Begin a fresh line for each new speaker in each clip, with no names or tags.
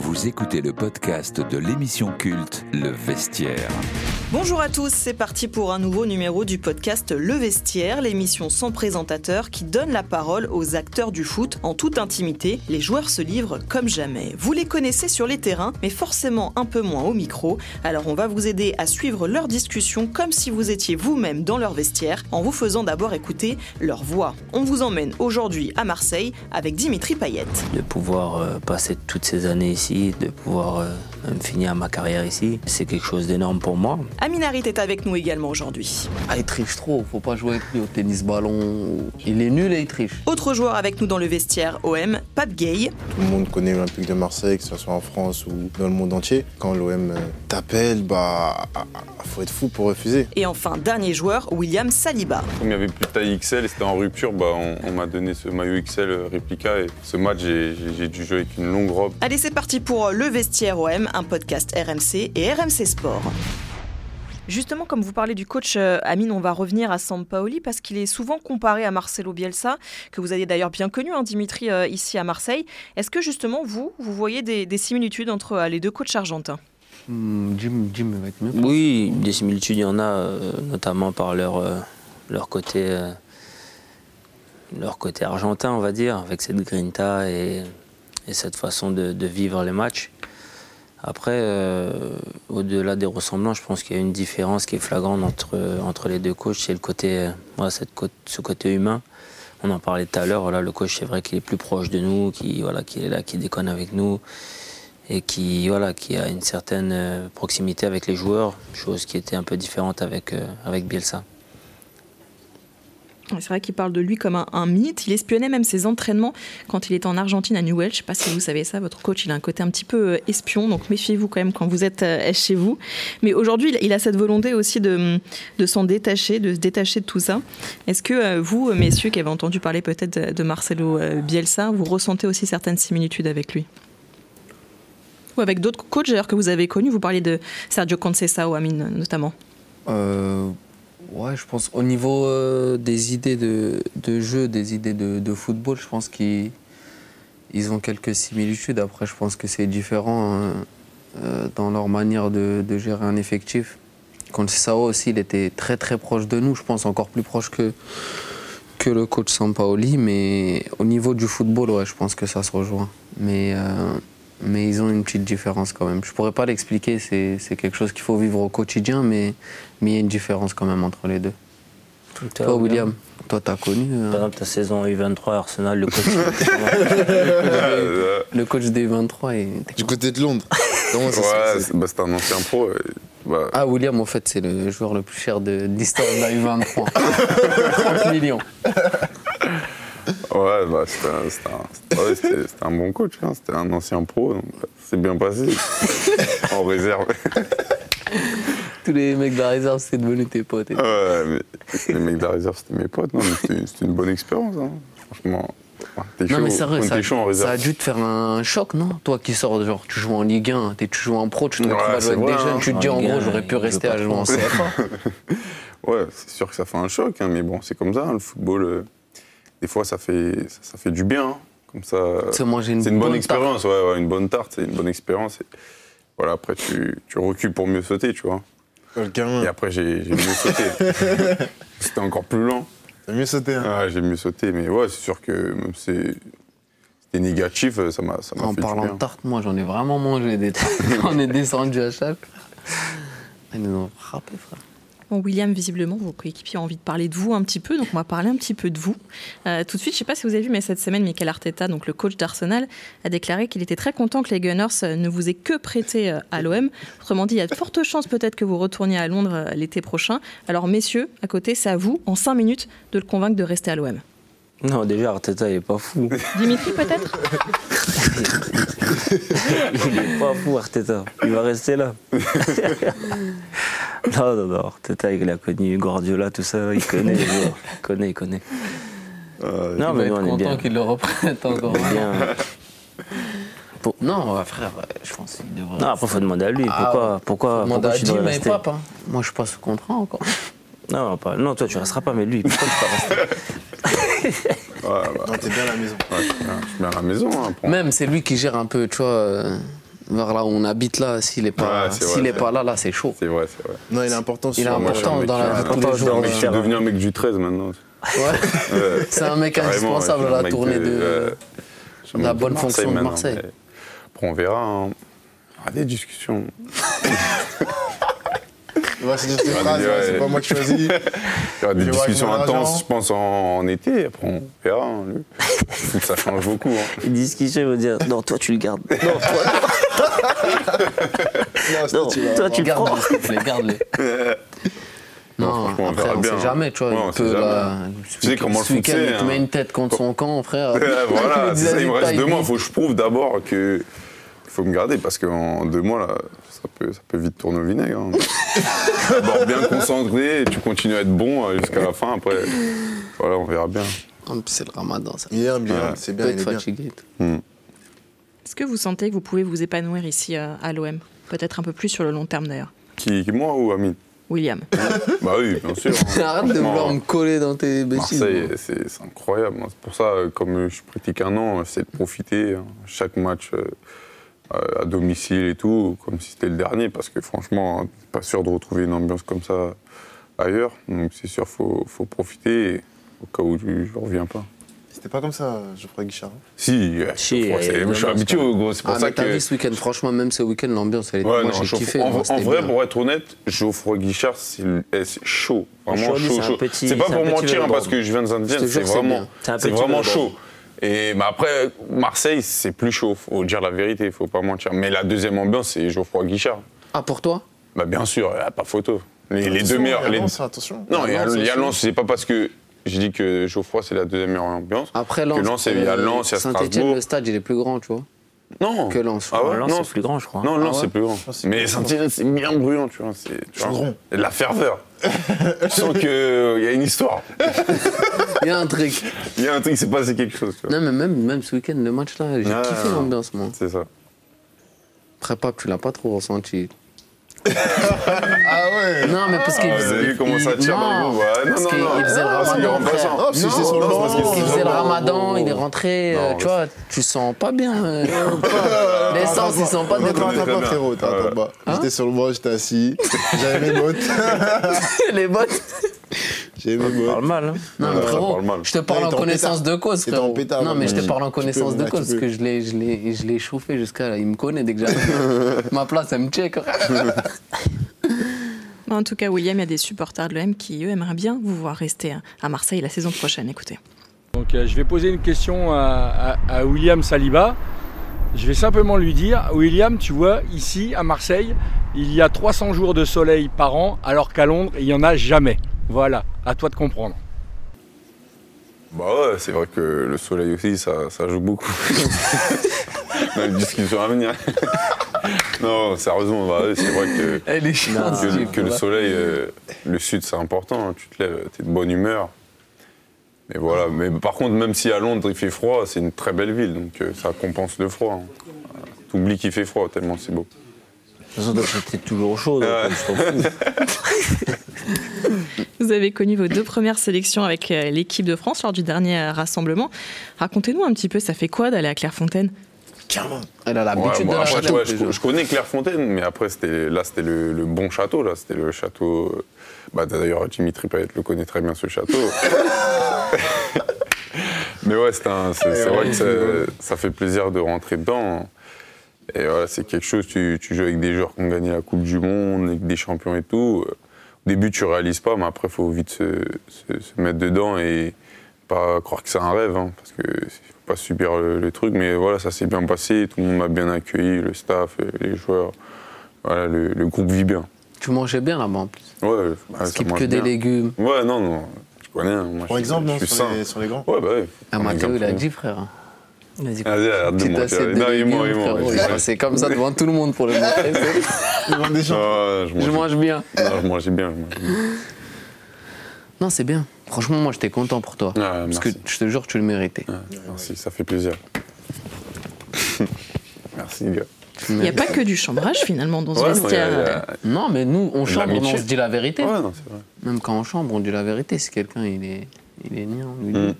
Vous écoutez le podcast de l'émission culte Le Vestiaire.
Bonjour à tous, c'est parti pour un nouveau numéro du podcast Le Vestiaire, l'émission sans présentateur qui donne la parole aux acteurs du foot en toute intimité. Les joueurs se livrent comme jamais. Vous les connaissez sur les terrains, mais forcément un peu moins au micro. Alors on va vous aider à suivre leur discussion comme si vous étiez vous-même dans leur vestiaire en vous faisant d'abord écouter leur voix. On vous emmène aujourd'hui à Marseille avec Dimitri Payette.
de pouvoir euh, passer toutes ces années ici, de pouvoir euh, même finir ma carrière ici, c'est quelque chose d'énorme pour moi.
Aminarit est avec nous également aujourd'hui.
Ah, il triche trop, faut pas jouer avec lui au tennis ballon. Il est nul et il triche.
Autre joueur avec nous dans le vestiaire OM, Pape Gay.
Tout le monde connaît l'Olympique de Marseille, que ce soit en France ou dans le monde entier. Quand l'OM euh, t'appelle, bah, faut être fou pour refuser.
Et enfin, dernier joueur, William Saliba.
Comme il n'y avait plus de taille XL et c'était en rupture, bah, on, on m'a donné ce maillot XL réplica et ce match, j'ai- j'ai j'ai dû jouer avec une longue robe.
Allez, c'est parti pour euh, Le Vestiaire OM, un podcast RMC et RMC Sport. Justement, comme vous parlez du coach euh, Amine, on va revenir à Sampaoli parce qu'il est souvent comparé à Marcelo Bielsa, que vous avez d'ailleurs bien connu, hein, Dimitri, euh, ici à Marseille. Est-ce que justement, vous, vous voyez des, des similitudes entre euh, les deux coachs argentins
Hmm, Jim, Jim va être mieux.
Oui, des similitudes, il y en a, euh, notamment par leur, euh, leur côté. euh, leur côté argentin, on va dire, avec cette grinta et, et cette façon de, de vivre les matchs. Après, euh, au-delà des ressemblances, je pense qu'il y a une différence qui est flagrante entre, entre les deux coachs, c'est le côté, euh, voilà, cette côte- ce côté humain. On en parlait tout à l'heure, voilà, le coach, c'est vrai qu'il est plus proche de nous, qui, voilà, qui est là, qui déconne avec nous, et qui, voilà, qui a une certaine euh, proximité avec les joueurs, chose qui était un peu différente avec, euh, avec Bielsa.
C'est vrai qu'il parle de lui comme un, un mythe. Il espionnait même ses entraînements quand il était en Argentine à Newell. Je ne sais pas si vous savez ça, votre coach, il a un côté un petit peu euh, espion, donc méfiez-vous quand même quand vous êtes euh, chez vous. Mais aujourd'hui, il- il a cette volonté aussi de, de s'en détacher, de se détacher de tout ça. Est-ce que euh, vous, euh, messieurs, qui avez entendu parler peut-être de- de Marcelo euh, Bielsa, vous ressentez aussi certaines similitudes avec lui Ou avec d'autres coachs d'ailleurs que vous avez connus Vous parliez de Sergio Conceição, Amine notamment.
Euh, ouais, je pense au niveau euh, des idées de, de jeu, des idées de, de football, je pense qu'ils ils ont quelques similitudes. Après, je pense que c'est différent hein, euh, dans leur manière de, de gérer un effectif. Quand Sao aussi, il était très très proche de nous, je pense encore plus proche que, que le coach Sampaoli. Mais au niveau du football, ouais, je pense que ça se rejoint. Mais, euh, mais ils ont une petite différence quand même. Je pourrais pas l'expliquer, c'est c'est quelque chose qu'il faut vivre au quotidien, mais mais il y a une différence quand même entre les deux. Toi, William, toi, t'as connu euh,
Par exemple, ta saison U23 à Arsenal, le coach. il était vraiment-
Ah,
Euh,
le coach des 23 et.
Du côté de Londres, comment ça se
ouais,
passe
c'est bah, c'est un ancien pro. euh, bah,
Ah, William, en fait, c'est le joueur le plus cher de de l'histoire de la U23. 30 millions.
ouais, bah, c'était un- c'était un, ouais, c'était- c'était un bon coach, hein, c'était un ancien pro, donc bah, c'est bien passé. en réserve.
Tous les mecs de la réserve, c'est devenu tes potes. et tout.
Ouais, mais les mecs de la réserve, c'était mes potes, non, mais c'était- c'était une bonne expérience. hein. Franchement, t'es chaud,
Non, mais sérieux,
on
ça,
était chaud en
ça a
réserve.
dû te faire un choc, non Toi qui sors, genre, tu joues en Ligue 1, t'es- tu joues en pro, tu te
Ouais,
retrouves à jouer
c'est
avec des
vrai, hein.
jeunes, tu te
En
dis en
Ligue
gros,
1,
j'aurais
il
pu
veut
rester
pas
à jouer en
trop.
CFA.
Ouais, c'est sûr que ça fait un choc, hein, mais bon, c'est comme ça, hein, le football, euh, des fois, ça fait, ça, ça fait du bien. hein. Comme ça, euh,
Tu sais, moi, j'ai
c'est une bonne,
tarte.
expérience, ouais, ouais, une bonne tarte, c'est une bonne expérience. et Voilà, après, tu, tu recules pour mieux sauter, tu vois. Et
Quelqu'un,
après, j'ai j'ai mieux sauté. C'était encore plus lent.
t'as mieux sauté. hein.
Ah, j'ai mieux sauté, mais ouais, c'est sûr que même si c'est- c'était négatif, euh, ça m'a ça m'a
En
fait du
parlant
bien.
de tarte, moi j'en ai vraiment mangé des tartes. On est descendu à chaque. Ils nous ont frappé, frère.
Bon, William, visiblement, vos coéquipiers ont envie de parler de vous un petit peu, donc on va parler un petit peu de vous. Euh, tout de suite, je ne sais pas si vous avez vu, mais cette semaine, Michael Arteta, donc le coach d'Arsenal, a déclaré qu'il était très content que les Gunners euh, ne vous aient que prêté euh, à l'OM. Autrement dit, il y a de fortes chances peut-être que vous retourniez à Londres euh, l'été prochain. Alors, messieurs, à côté, c'est à vous, en cinq minutes, de le convaincre de rester à l'OM.
Non, déjà, Arteta, il est pas fou.
Dimitri, peut-être
Il est pas fou, Arteta. Il va rester là. non, non, non. Arteta, il a connu Guardiola, tout ça. Il connaît les joueurs. Il connaît, il connaît.
Euh,
non,
Il va
Ah, mais nous,
être
on est bien.
content qu'ils le reprennent encore. hein.
On est bien.
Non, ouais, frère, ouais, je pense qu'il devrait.
Non, après, faut demander à lui.
Ah,
Pourquoi, pourquoi,
Demande
pourquoi
à
tu dois
Jim et
rester
Pape, hein. Moi je suis pas sous contrat encore.
non, pas- non, toi, tu resteras pas, mais lui, pourquoi tu vas rester
ouais, bah,
Non, t'es bien à la maison.
ouais, je suis bien- je suis bien à la maison. hein, après, on-
Même c'est lui qui gère un peu, tu vois, euh, vers là où on habite là, s'il n'est pas,
Ouais, c'est vrai,
s'il est
c'est
pas là, là c'est chaud.
C'est vrai, c'est vrai.
Non, il est important
Il est
sur-
Moi, je suis un
important
mec
dans
qui-
la vie de tous
Je
les
suis un
jours.
mec- je suis
euh,
devenu un mec du 13 maintenant.
ouais.
Ouais.
C'est un mec
Carrément,
indispensable
ouais,
à la
mec
tournée de-
euh, je suis un
la
mec
bonne
Marseille
fonction de
maintenant,
Marseille.
mais Bon, on verra. hein. On aura des discussions.
Ouais, c'est juste des phrases,
Ouais,
ouais, hein, c'est
ouais.
pas moi qui choisis.
Il y aura des
Je vois
discussions
avec mon
intenses,
agent.
je pense, en, en été. et Après, on verra. hein, lui. ça change beaucoup. hein.
Ils disent qui je vais vous dire Non, toi tu le gardes. Non, toi,
Non, c'est
Non,
tu vas
toi,
avoir-
tu-
Garde-les,
prends.
s'il te plaît, garde-les.
Non,
Non,
franchement, on
après,
verra
on
bien. hein.
sait jamais, tu vois.
Ouais,
il
on sait
peut,
jamais.
là,
Tu sais comment le
ce week-end,
foot,
il
c'est,
te met
hein.
une tête contre son camp, frère.
Euh, voilà,
Il
c'est ça, il me reste
taille,
deux mois.
lui.
Il faut que je prouve d'abord que faut me garder parce qu'en deux mois, là, ça peut, ça peut vite tourner au vinaigre. hein. d'abord bien concentré, et tu continues à être bon euh, jusqu'à la fin. Après, voilà, on verra bien.
Ah, mais C'est le ramadan, ça.
Il est bien,
Ouais.
c'est
Il
bien,
peut
il
être
est bien.
fatigué.
Hmm.
Est-ce que vous sentez que vous pouvez vous épanouir ici euh, à l'OM Peut-être un peu plus sur le long terme d'ailleurs.
Qui, qui- moi ou Amine
William.
Bah oui, bien sûr. hein.
Arrête de vouloir
Franchement,
me coller dans tes bêtises.
Marseille,
moi.
c'est c'est incroyable. hein. C'est pour ça, euh, comme euh, je pratique un an, euh, c'est de profiter hein, chaque match euh, euh, à domicile et tout, comme si c'était le dernier, parce que franchement, hein, t'es pas sûr de retrouver une ambiance comme ça ailleurs. Donc c'est sûr, faut, faut profiter et au cas où je, je reviens pas.
C'était pas comme ça, je crois, Guichard.
Si, euh,
Si,
franchement,
euh,
c'est-
non,
je suis
non,
habitué,
c'est
gros. C'est pour
Ah,
ça
mais
que.
t'as vu ce week-end, franchement, même ce week-end, l'ambiance, elle est.
Ouais,
Moi,
non,
j'ai
chaud.
kiffé.
En,
moi,
en
c'était
vrai,
bien.
pour être honnête, Geoffroy Guichard, c'est le- eh, c'est chaud. Vraiment
Aujourd'hui,
chaud,
c'est un
chaud.
petit-
C'est pas
c'est un
pour
petit
mentir, hein,
Melbourne.
parce que je viens de saint
Je te
étienne c'est
jure, c'est
vraiment,
bien.
C'est un
c'est
petit
vraiment
Melbourne.
chaud. Et mais après, Marseille, c'est plus chaud, faut dire la vérité, faut pas mentir. Mais la deuxième ambiance, c'est Geoffroy Guichard.
Ah, pour toi
Bah, bien sûr, là, pas photo. Les,
Ah,
les deux meilleurs. les-
Attention.
Non, il y a-
Lens,
il y a
attention.
Lens, c'est pas parce que j'ai dit que Geoffroy, c'est la deuxième meilleure ambiance.
Après Lens.
Que Lens, il y a Lens, il y a
Saint-Etienne,
Strasbourg.
le stade, il est plus grand, tu vois.
Non.
Que Lens.
Ah ouais,
Lens,
non,
c'est plus grand, je crois.
Non,
Ah
non,
ouais
c'est plus grand.
Ah, c'est
Mais
plus grand.
Saint-Étienne, c'est bien bruyant, tu vois. C'est tu vois,
Chaudron.
il y a de la ferveur. tu sens qu'il y a une histoire.
Il y a un truc.
Il y a un truc, c'est passé quelque chose. tu vois.
Non, mais même, même ce week-end, le match-là, j'ai
Ouais,
kiffé
Ah, ouais.
l'ambiance, moi.
C'est ça.
Après, Pape, tu l'as pas trop ressenti.
Ah ouais
Non, mais parce qu'il
Ah, vous avez vu comment ça
il-
tire dans le
non,
groupe, ouais. Non,
parce
non,
qu'il-
non.
Il faisait le
Ah, c'est
ramadan.
grand
frère.
Non,
passant.
parce que c'est sur le
non,
banc, parce que c'est
Il
sur
faisait
le
le
banc.
ramadan, il est rentré. euh,
Non,
tu
ouais.
vois, tu sens pas bien. euh, Pape. Les sens, ils sont pas
Non,
des Hein
t'en
très
pas,
bien.
frérot, t'en
Ouais.
t'en pas. J'étais sur le banc, j'étais assis, j'avais mes bottes.
Les bottes.
J'avais mes bottes.
parle mal. Hein.
Non, mais
Ouais, ça
frérot,
parle mal.
je te
Ouais,
parle
il
en
était en
connaissance
pétard.
de cause,
Il était en
frérot.
pétard,
non, mais je te
ouais.
parle en
Tu peux,
connaissance de
là, tu
cause, parce
peux.
que je l'ai, je l'ai, je l'ai chauffé jusqu'à là. Il me connaît dès que j'arrive. Ma place, elle me check.
En tout cas, William, il y a des supporters de l'OM qui, eux, aimeraient bien vous voir rester à Marseille la saison prochaine. Écoutez.
Donc euh, je vais poser une question à, à- à William Saliba. Je vais simplement lui dire, William, tu vois, ici à Marseille, il y a 300 jours de soleil par an, alors qu'à Londres, il n'y en a jamais. Voilà, à toi de comprendre.
Bah ouais, c'est vrai que le soleil aussi, ça, ça joue beaucoup. On a une discussion à venir. non, sérieusement, bah ouais, c'est vrai que.
Elle est chiante.
que,
ce
le-
type,
que le
là.
soleil, euh, le sud, c'est important. hein. Tu te lèves, t'es de bonne humeur. Mais voilà. Mais par contre, même si à Londres il fait froid, c'est une très belle ville, donc euh, ça compense le froid. hein. Voilà. T'oublies qu'il fait froid tellement c'est beau.
De toute façon, toi, t'es toujours chaud. donc,
Ouais.
je t'en fous.
Vous avez connu vos deux premières sélections avec euh, l'équipe de France lors du dernier euh, rassemblement. Racontez-nous un petit peu, ça fait quoi d'aller à Clairefontaine
Elle a
Ouais,
l'habitude
moi,
de la
après,
chatte,
ouais,
les
je,
gens.
je connais Clairefontaine, mais après, c'était, là, c'était le, le bon château. Là, c'était le château. euh, Bah, d'ailleurs, Dimitri Payet le connaît très bien, ce château. mais ouais, c'est, un- c'est- c'est vrai que ça, ça fait plaisir de rentrer dedans. Et voilà, c'est quelque chose. Tu, tu joues avec des joueurs qui ont gagné la Coupe du Monde, avec des champions et tout. Au début, tu réalises pas, mais après, il faut vite se, se- se mettre dedans et pas croire que c'est un rêve, hein, parce que faut pas subir euh, le, le truc. Mais voilà, ça s'est bien passé, tout le monde m'a bien accueilli, le staff, euh, les joueurs. Voilà, le, le groupe vit bien.
Tu mangeais bien là-bas en plus.
Ouais, ouais, Ah, ça
Skip
mange
que des
bien.
légumes.
Ouais, non, non, tu connais. hein, moi,
Pour
je-
exemple,
je
non,
suis
sur
sain.
les- sur les grands.
Ouais, bah oui.
Ah,
Par
Mathéo,
exemple,
il a
ouais.
dit, frère.
Vas-y, quoi.
Vas-y, arrête de
Petite
mentir.
assiette de
Non, il
légumes,
ment, il ment.
frérot. Ah, Il passait comme ça devant tout le monde pour le montrer. c'est-
Ils vendent des
Non,
gens.
ouais,
Je
Ah, je mange
mange bien.
Non, je mangeais bien. je mangeais bien.
Non, c'est bien. Franchement, moi, j'étais content pour toi. parce que
Ah, merci.
je te jure, tu le méritais.
Ouais, Merci, ça fait plaisir. Merci, gars.
Il n'y a pas que du chambrage finalement dans ce
Ouais, euh, non, il y a-
vestiaire.
il y a-
Non, mais nous, on chambre, mais on
L'amitié.
se dit la vérité.
Ouais, non, c'est vrai.
Même quand on chambre, on dit la vérité. Si quelqu'un, il est,
Mm.
il est niant, on lui dit.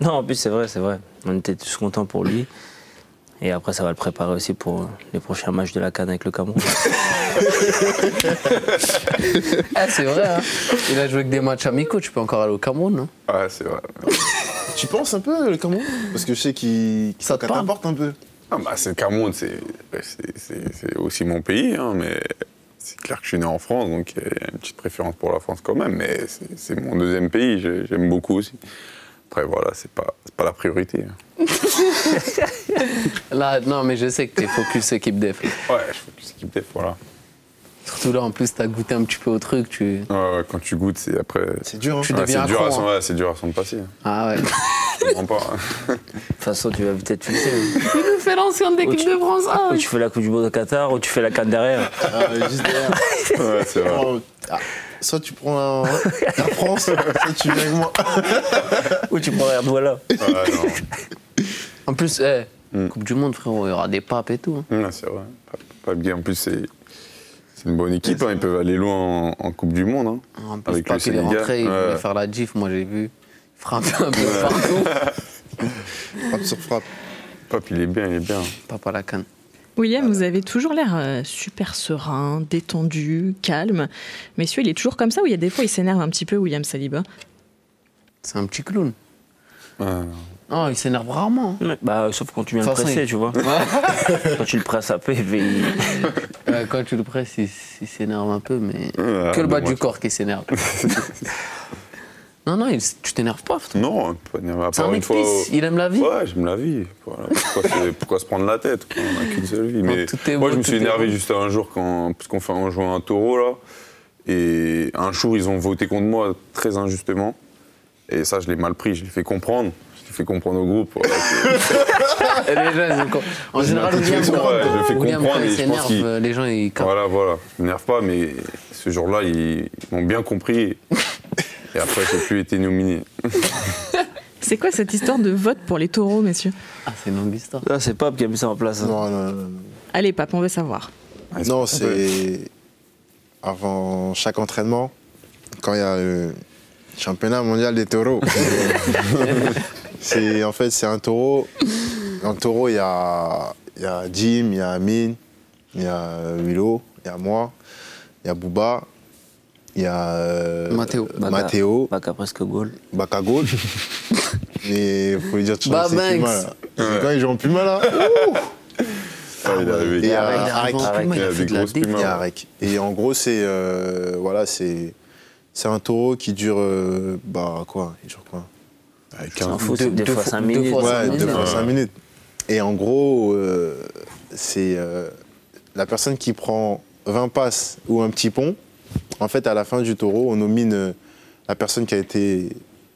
Non, en plus, c'est vrai, c'est vrai. On était tous contents pour lui. Et après, ça va le préparer aussi pour euh, les prochains matchs de la Cannes avec le Cameroun.
Ah, c'est vrai, hein. Il a joué que des matchs amicaux, tu peux encore aller au Cameroun, non
Ouais, c'est vrai.
Tu penses un peu le Cameroun Parce que je sais qu'il
Ça te parle
t'apporte un peu.
Ah bah, c'est le Cameroun, c'est, bah, c'est- c'est- c'est aussi mon pays, hein, mais c'est clair que je suis né en France, donc il y a une petite préférence pour la France quand même, mais c'est, c'est mon deuxième pays, je- j'aime beaucoup aussi. Après, voilà, c'est pas, c'est pas la priorité. hein.
Là, non, mais je sais que t'es focus équipe def.
Ouais, je fais plus équipe def, voilà.
Surtout là, en plus, t'as goûté un petit peu au truc, tu.
Ouais, ouais, quand tu goûtes, c'est après.
C'est dur, hein
Tu
Ouais,
deviens
c'est, dur à
accro,
s'en,
hein.
ouais, c'est dur à s'en passer. hein.
Ah ouais.
Je comprends pas. hein.
De toute façon, tu vas peut-être fixer. hein.
Il nous fait l'ancien de
l'équipe
l'équipe
de
de France Ah,
Ou tu fais la Coupe du Monde au Qatar, ou tu fais la Cannes derrière.
Ah, mais juste derrière.
Ouais, c'est vrai.
Oh, ah, soit tu prends un- la France, soit tu viens avec moi.
Ou tu prends l'air de voilà.
Ouais, non.
En plus, eh,
Mm.
Coupe du Monde, frérot, il y aura des papes et tout. hein.
Ouais, c'est vrai. Pas, pas bien. En plus, c'est, c'est une bonne équipe. hein. Ils peuvent aller loin en, en Coupe du Monde. hein.
En plus,
Avec
pas
le
qu'il est
Sénégal,
rentré, il
ouais.
voulait faire la gif, moi j'ai vu. Frapper un peu partout.
Frappe sur frappe.
Pop, il est bien, il est bien.
Papa la canne.
William, vous avez toujours l'air euh, super serein, détendu, calme. Messieurs, il est toujours comme ça ou il y a des fois il s'énerve un petit peu, William Saliba
C'est un petit clown.
Ouais, non.
Oh, il s'énerve rarement. hein.
Bah, sauf quand tu viens
De
le
toute façon,
presser,
il-
tu vois. quand tu le presses à peu, il fait- il-
Euh, quand tu le presses, il, s- il s'énerve un peu, mais.
Ouais,
que le bas
dommage.
du corps qui s'énerve. non, non, il s- tu t'énerves pas, frérot.
Non, pas énervé. À
C'est un
part une
mec
fois.
pisse,
au-
il aime la vie.
Ouais, j'aime la vie. Voilà. Pourquoi, c'est- pourquoi se prendre la tête quoi On n'a qu'une seule vie. Mais
tout est
moi,
beau,
je me
tout
suis
est
énervé
beau.
juste un jour quand, parce qu'on fait un jour un taureau là, et un jour ils ont voté contre moi très injustement. Et ça, je l'ai mal pris. Je l'ai fait comprendre. Je l'ai fait comprendre au groupe. voilà, que-
Et les gens, ils ont com- En général, William,
Ouais, je le fais
William, quand
comprendre et
il
je pense
s'énerve,
qu'il-
euh, les gens, ils captent.
voilà, voilà. Je m'énerve pas, mais ce jour-là, ils, ils m'ont bien compris. Et après, j'ai plus été nominé.
C'est quoi cette histoire de vote pour les taureaux, messieurs
Ah, c'est une longue histoire.
Ah, c'est Pop qui a mis ça en place. hein.
Non, non, non. non.
Allez, pape, on veut savoir.
Non, c'est avant chaque entraînement, quand il y a le championnat mondial des taureaux. c'est en fait c'est un taureau. Dans le taureau, il y a, il y a Jim, il y a Amine, il y a Willow, il y a moi, il y a Booba, il y a euh,
Matteo.
euh, Matteo,
Bac à presque goal.
Bakagol. Mais il faut lui dire tout ça,
Bah
c'est
Banks.
Puma là. Quand ils jouent hein. en Puma là, ouh,
Ah, il est arrivé.
Et à-
Arrête,
arrête,
arrête,
arrête,
Puma, il
il
a
a
fait
des
de la
grosses
dé-
Puma.
Il y a un rec. Et en gros, c'est euh, voilà, c'est c'est un taureau qui dure euh, bah quoi, il dure quoi
Avec
Je
un-
m'en fous,
deux-
c'est des
deux
fois
fois-
5
deux
minutes.
fois
Ouais,
cinq
deux
minutes.
fois cinq minutes. Et en gros, euh, c'est euh, la personne qui prend 20 passes ou un petit pont. En fait, à la fin du taureau, on nomine euh, la personne qui a été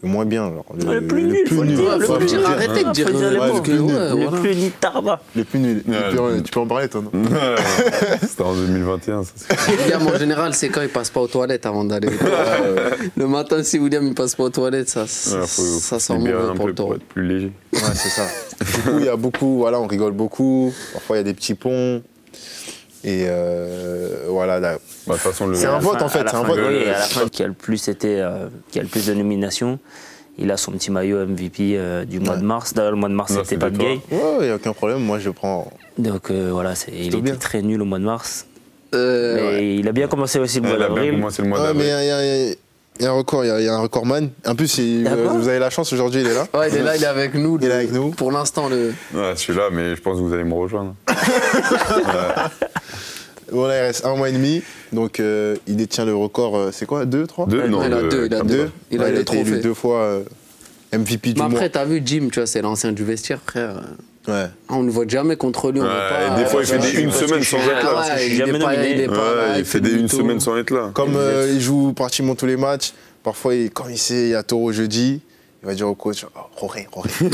le moins bien, genre, le,
Ouais, le plus nul, faut le dire,
faut
Ouais, faut
le
dire,
dire.
arrêtez de
Ouais,
dire
faut dire les
euh,
mots.
parce que, ouais,
Le
voilà.
plus ni tarba.
Le plus nul.
Ouais,
Et puis, euh,
le-
tu peux en parler, toi, non
Ouais, C'était en 2021, ça. c'est-
William, en général, c'est quand il passe pas aux toilettes avant d'aller. le matin, si William il passe pas aux toilettes, ça, ça,
Ouais, Ah, faut-
ça
faut
sent
libérer
mauvais
un
pour
peu
le taureau.
pour être plus léger. Bah,
Ouais, c'est ça. du coup, il y a beaucoup, voilà, on rigole beaucoup. Parfois, il y a des petits ponts. Et euh, voilà, là.
Bah, de toute façon, le.
C'est un
À la
vote,
fin-
en fait,
à la
c'est un
fin
vote.
de-
Ouais, ouais,
et à la
ouais.
fin, qui a le plus été, euh, qui a le plus de nominations, il a son petit maillot MVP euh, du mois
Ouais.
de mars. D'ailleurs, le mois de mars,
Non,
c'était
c'était
pas de
toi.
gay.
Ouais, il n'y a aucun problème. Moi, je prends.
Donc euh, voilà, c'est- il
Plutôt
était
bien.
très nul au mois de mars.
Euh,
Mais il a bien commencé aussi le mois
Elle a bien
d'avril.
commencé le mois
Ouais, mais il y
d'avril.
a- il y a- il y a un record, il y a- il y, a un recordman. En plus, il-
Ah
vous,
bon
vous avez la chance aujourd'hui, il est là.
Ouais, il est là, il est avec nous.
Il est
le-
avec nous.
Pour l'instant, le.
Ouais, je suis là, Ah, mais je pense que vous allez me rejoindre.
Ah,
Voilà, il reste un mois et demi. Donc, euh, il détient le record, euh, c'est quoi Deux, trois
Deux,
Ouais,
non,
il a deux, il a
comme
deux.
ça.
Il a
Ouais,
eu
il a
le
été élu
trophée.
deux fois euh, MVP du
Mais
mois.
après, t'as vu, Jim, tu vois, c'est l'ancien du vestiaire, frère.
Ouais.
Ah, On ne vote jamais contre lui. on
Ouais,
veut pas,
et des
euh,
fois, il fait
parce
des-
que-
une
parce que
semaine
je suis-
sans être là,
Ah
parce que
ouais,
je suis
il est
jamais
pas-
nominé.
il est pas là,
Ouais, il fait des une
demi-tour.
semaine sans être là.
Comme
Et vous
euh,
êtes-
il joue pratiquement tous les matchs, parfois il- quand il sait il y a taureau jeudi, il va dire au coach oh, Roré, Roré. il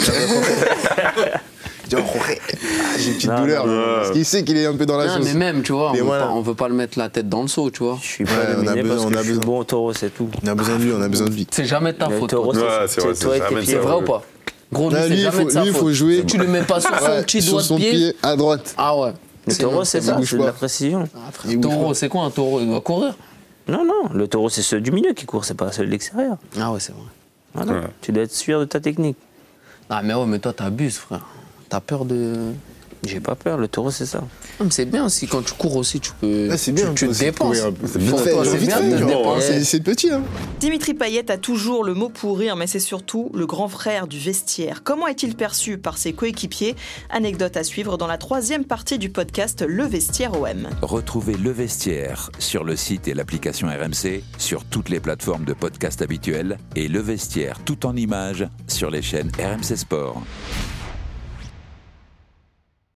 dit oh, Roré, ah, j'ai une petite
Non,
douleur.
non, non.
Parce qu'il sait qu'il est un peu dans la
Non,
sauce.
mais même, tu vois, on
Mais
veut,
voilà.
pas, on veut pas le mettre la tête dans le seau, tu vois.
Je suis
Ouais,
pas
on a
nominé
besoin-
parce
on
que
a
je suis
besoin.
bon au taureau, c'est tout.
On a besoin de lui, on a besoin de lui.
C'est jamais de ta
Le
faute.
taureau,
toi.
Ouais,
c'est-
c'est vrai,
c'est toi
c'est
et tes
jamais
pieds.
C'est vrai
ouais.
ou pas Gros, lui,
Là,
c'est
lui, il
jamais
faut,
de sa
lui, il
faute.
faut jouer
Tu le mets pas sur son
Ouais,
petit
sur
doigt
son
de pied.
pied à droite.
Ah ouais.
Le
Sinon,
taureau, c'est
il
ça,
bouge
c'est de
pas.
la précision.
Ah, frère,
Il bouge
taureau,
pas.
c'est quoi un taureau Il doit courir.
Non, non, le taureau, c'est ceux du milieu qui courent, c'est pas ceux de l'extérieur.
Ah ouais, c'est vrai.
Voilà.
Ouais.
Tu dois être sûr de ta technique.
Ah mais ouais, mais toi t'abuses, frère. T'as peur de.
J'ai pas peur, le taureau, c'est ça.
Ah, mais C'est bien aussi, quand tu cours aussi, tu peux.
Ah, c'est
tu-
bien,
tu,
toi,
te
c'est de
dépenses.
courir un peu.
Pour
C'est bien,
toi,
t'as
c'est
envie de
bien de
vivre,
te
hein,
dépenser.
c'est- c'est petit. Hein.
Dimitri Payet a toujours le mot pour rire, mais c'est surtout le grand frère du vestiaire. Comment est-il perçu par ses coéquipiers Anecdote à suivre dans la troisième partie du podcast Le Vestiaire OM.
Retrouvez Le Vestiaire sur le site et l'application RMC, sur toutes les plateformes de podcast habituelles et Le Vestiaire tout en images sur les chaînes RMC Sport.